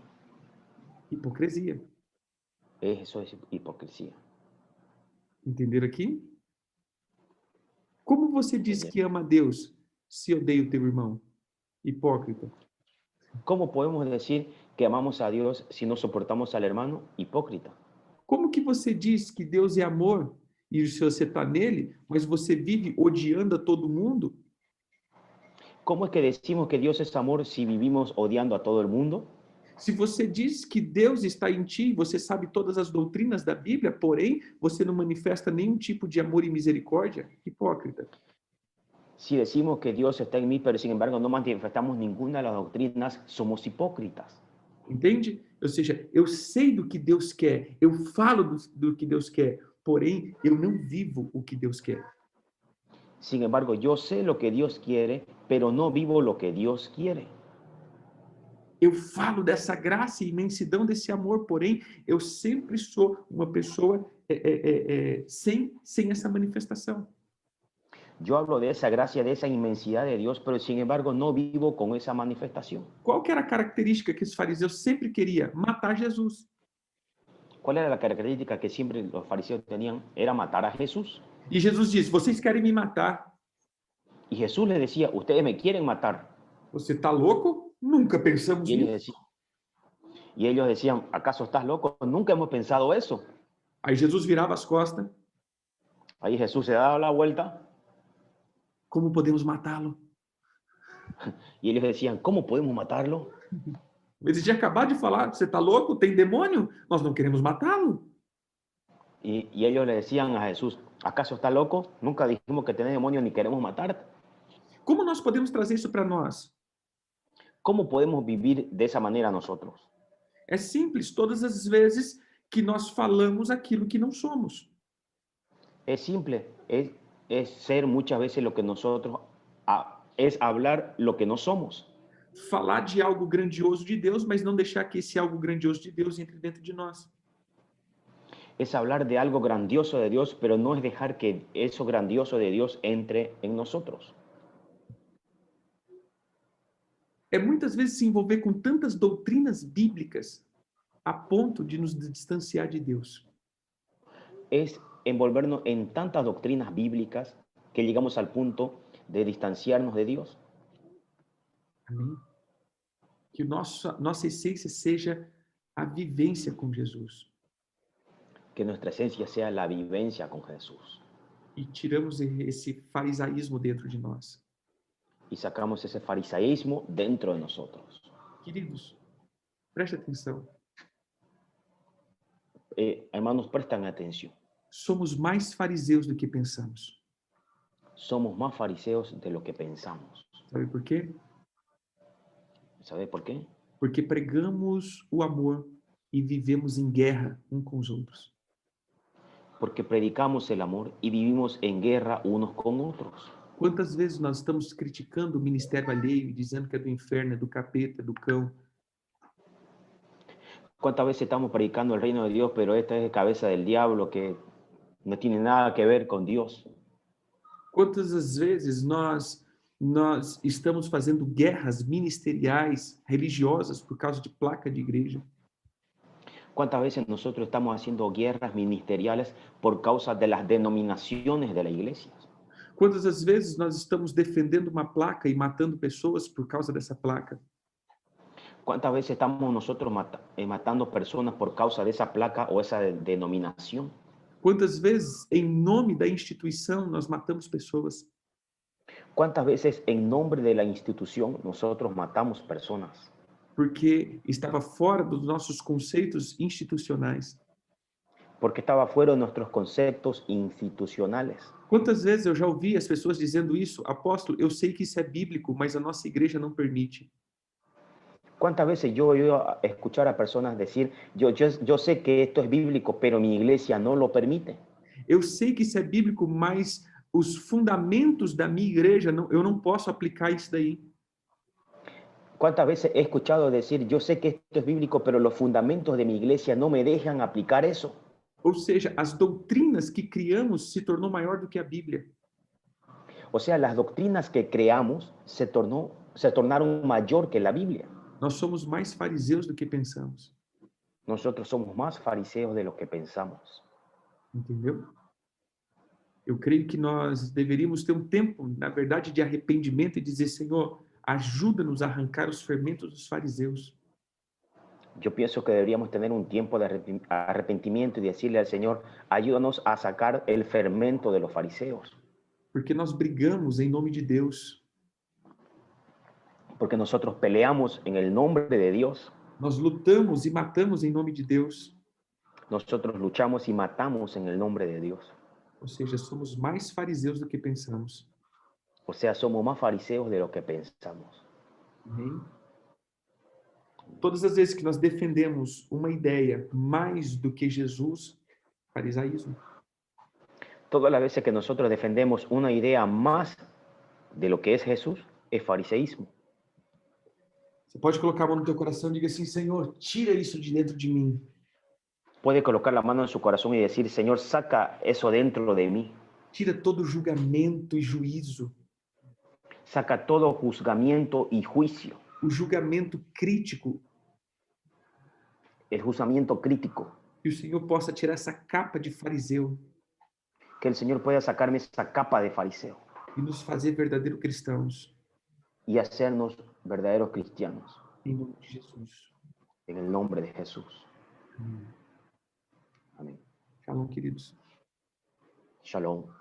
[SPEAKER 1] Hipocrisia.
[SPEAKER 2] Eso es hipocresía.
[SPEAKER 1] Entenderam aqui? Como você diz que ama a Deus se odeia o teu irmão? Hipócrita.
[SPEAKER 2] ¿Cómo podemos decir que amamos a Dios si no soportamos al hermano? Hipócrita.
[SPEAKER 1] Como que você diz que Deus é amor e se você está nele, mas você vive odiando a todo mundo?
[SPEAKER 2] ¿Cómo es que decimos que Dios es amor si vivimos odiando a todo el mundo?
[SPEAKER 1] Se você diz que Deus está em ti, você sabe todas as doutrinas da Bíblia, porém você não manifesta nenhum tipo de amor e misericórdia? Hipócrita.
[SPEAKER 2] Si decimos que Dios está en mí, pero sin embargo no manifestamos ninguna de las doctrinas, somos hipócritas.
[SPEAKER 1] Entende? Ou seja, eu sei do que Deus quer, eu falo do, do que Deus quer, porém eu não vivo o que Deus quer.
[SPEAKER 2] Sin embargo, yo sé lo que Dios quiere, pero no vivo lo que Dios quiere.
[SPEAKER 1] Eu falo dessa graça e imensidão desse amor, porém eu sempre sou uma pessoa é, é, é, é, sem, sem essa manifestação.
[SPEAKER 2] Yo hablo de esa gracia, de esa inmensidad de Dios, pero sin embargo no vivo con esa manifestación.
[SPEAKER 1] Qual que era a característica que os fariseus sempre queriam? Matar Jesus.
[SPEAKER 2] ¿Cuál era la característica que siempre los fariseos tenían? Era matar a Jesús.
[SPEAKER 1] E Jesus disse: Vocês querem me matar.
[SPEAKER 2] Y Jesús les decía, ustedes me quieren matar.
[SPEAKER 1] Você está louco? Nunca pensamos
[SPEAKER 2] Y ellos
[SPEAKER 1] nisso.
[SPEAKER 2] decían, y ellos decían ¿acaso estás loco? Nunca hemos pensado eso.
[SPEAKER 1] Aí Jesus virava as costas.
[SPEAKER 2] Ahí Jesús se daba la vuelta
[SPEAKER 1] Como podemos matá-lo?
[SPEAKER 2] y ellos decían, ¿cómo podemos matarlo?
[SPEAKER 1] Ele tinha acabado de falar: Você está louco? Tem demônio? Nós não queremos matá-lo.
[SPEAKER 2] Y, y ellos le decían a Jesús, ¿acaso está loco? Nunca dijimos que tenés demonios ni queremos matarte.
[SPEAKER 1] Como nós podemos trazer isso para nós?
[SPEAKER 2] ¿Cómo podemos vivir de esa manera nosotros?
[SPEAKER 1] É simples, todas as vezes que nós falamos aquilo que não somos.
[SPEAKER 2] Es simple, es, es ser muchas veces lo que nosotros, ha- es hablar lo que no somos.
[SPEAKER 1] Falar de algo grandioso de Deus, mas não deixar que esse algo grandioso de Deus entre dentro de nós.
[SPEAKER 2] Es hablar de algo grandioso de Dios, pero no es dejar que eso grandioso de Dios entre en nosotros.
[SPEAKER 1] É muitas vezes se envolver com tantas doutrinas bíblicas a ponto de nos distanciar de Deus.
[SPEAKER 2] Es envolvernos en tantas doctrinas bíblicas que llegamos al punto de distanciarnos de Dios.
[SPEAKER 1] Amém? Que nossa, nossa essência seja a vivência com Jesus.
[SPEAKER 2] que nuestra esencia sea la vivencia con Jesús
[SPEAKER 1] e tiramos esse farisaísmo dentro de nós.
[SPEAKER 2] y sacamos ese farisaísmo dentro de nosotros.
[SPEAKER 1] Queridos, preste atenção.
[SPEAKER 2] Eh, hermanos, prestan atención.
[SPEAKER 1] Somos mais fariseus do que pensamos.
[SPEAKER 2] Somos más fariseos de lo que pensamos.
[SPEAKER 1] Sabe por quê?
[SPEAKER 2] ¿Sabe por qué?
[SPEAKER 1] Porque pregamos o amor e vivemos em guerra um com os outros.
[SPEAKER 2] Porque predicamos el amor y vivimos en guerra unos con otros.
[SPEAKER 1] Quantas vezes nós estamos criticando o ministério alheio, dizendo que é do inferno, é do capeta, é do cão?
[SPEAKER 2] ¿Cuántas veces estamos predicando el reino de Dios, pero esta es cabeza del diablo que no tiene nada que ver con Dios?
[SPEAKER 1] Quantas as vezes nós nós estamos fazendo guerras ministeriais, religiosas por causa de placa de igreja?
[SPEAKER 2] ¿Cuántas veces nosotros estamos haciendo guerras ministeriales por causa de las denominaciones de la iglesia?
[SPEAKER 1] Quantas as vezes nós estamos defendendo uma placa e matando pessoas por causa dessa placa?
[SPEAKER 2] ¿Cuántas veces estamos nosotros mata- eh, matando personas por causa de esa placa o esa de- denominación?
[SPEAKER 1] Quantas vezes, em nome da instituição, nós matamos pessoas?
[SPEAKER 2] ¿Cuántas veces en nombre de la institución nosotros matamos personas?
[SPEAKER 1] Porque estava fora dos nossos conceitos institucionais.
[SPEAKER 2] Porque estaba fuera de nuestros conceptos institucionales.
[SPEAKER 1] Quantas vezes eu já ouvi as pessoas dizendo isso, apóstolo, eu sei que isso é bíblico, mas a nossa igreja não permite.
[SPEAKER 2] ¿Cuántas veces yo he oído a- escuchar a personas decir, yo, yo, yo sé que esto es bíblico, pero mi iglesia no lo permite?
[SPEAKER 1] Eu sei que isso é bíblico, mas os fundamentos da minha igreja, não, eu não posso aplicar isso daí.
[SPEAKER 2] ¿Cuántas veces he escuchado decir, yo sé que esto es bíblico, pero los fundamentos de mi iglesia no me dejan aplicar eso?
[SPEAKER 1] Ou seja, as doutrinas que criamos se tornou maior do que a Bíblia.
[SPEAKER 2] O sea, las doctrinas que creamos se, tornó, se tornaron mayor que la Biblia.
[SPEAKER 1] Nós somos mais fariseus do que pensamos,
[SPEAKER 2] Nosotros somos más fariseos de lo que pensamos.
[SPEAKER 1] entendeu? Eu creio que nós deveríamos ter um tempo, na verdade, de arrependimento e dizer, Senhor, ajuda-nos a arrancar os fermentos dos fariseus.
[SPEAKER 2] Yo pienso que deberíamos tener un tiempo de arrepi- arrepentimiento y decirle al Señor, ayúdanos a sacar el fermento de los fariseos,
[SPEAKER 1] porque nós brigamos em nome de Deus,
[SPEAKER 2] porque nosotros peleamos en el nombre de Dios,
[SPEAKER 1] nós lutamos e matamos em nome de Deus,
[SPEAKER 2] nosotros luchamos y matamos en el nombre de Dios.
[SPEAKER 1] ou seja, somos mais fariseus do que pensamos.
[SPEAKER 2] O sea, somos más fariseos de lo que pensamos.
[SPEAKER 1] Amém? Todas as vezes que nós defendemos uma ideia mais do que Jesus, farisaísmo.
[SPEAKER 2] Todas las veces que nosotros defendemos una idea más de lo que es Jesús, es fariseísmo.
[SPEAKER 1] Você pode colocar a mão no teu coração e diga assim, Senhor, tira isso de dentro de mim.
[SPEAKER 2] Puede colocar la mano en su corazón y decir, Señor, saca eso dentro de mí.
[SPEAKER 1] Tira todo julgamento e juízo,
[SPEAKER 2] Saca todo juzgamiento y juicio,
[SPEAKER 1] o julgamento crítico,
[SPEAKER 2] el juzgamiento crítico.
[SPEAKER 1] que o Senhor possa tirar essa capa de fariseu
[SPEAKER 2] que el Señor pueda sacarme esa capa de fariseo
[SPEAKER 1] e nos fazer verdadeiros cristãos,
[SPEAKER 2] y hacernos verdaderos cristianos
[SPEAKER 1] em nome de Jesus.
[SPEAKER 2] en el nombre de Jesús. Amén.
[SPEAKER 1] Shalom, queridos.
[SPEAKER 2] Shalom.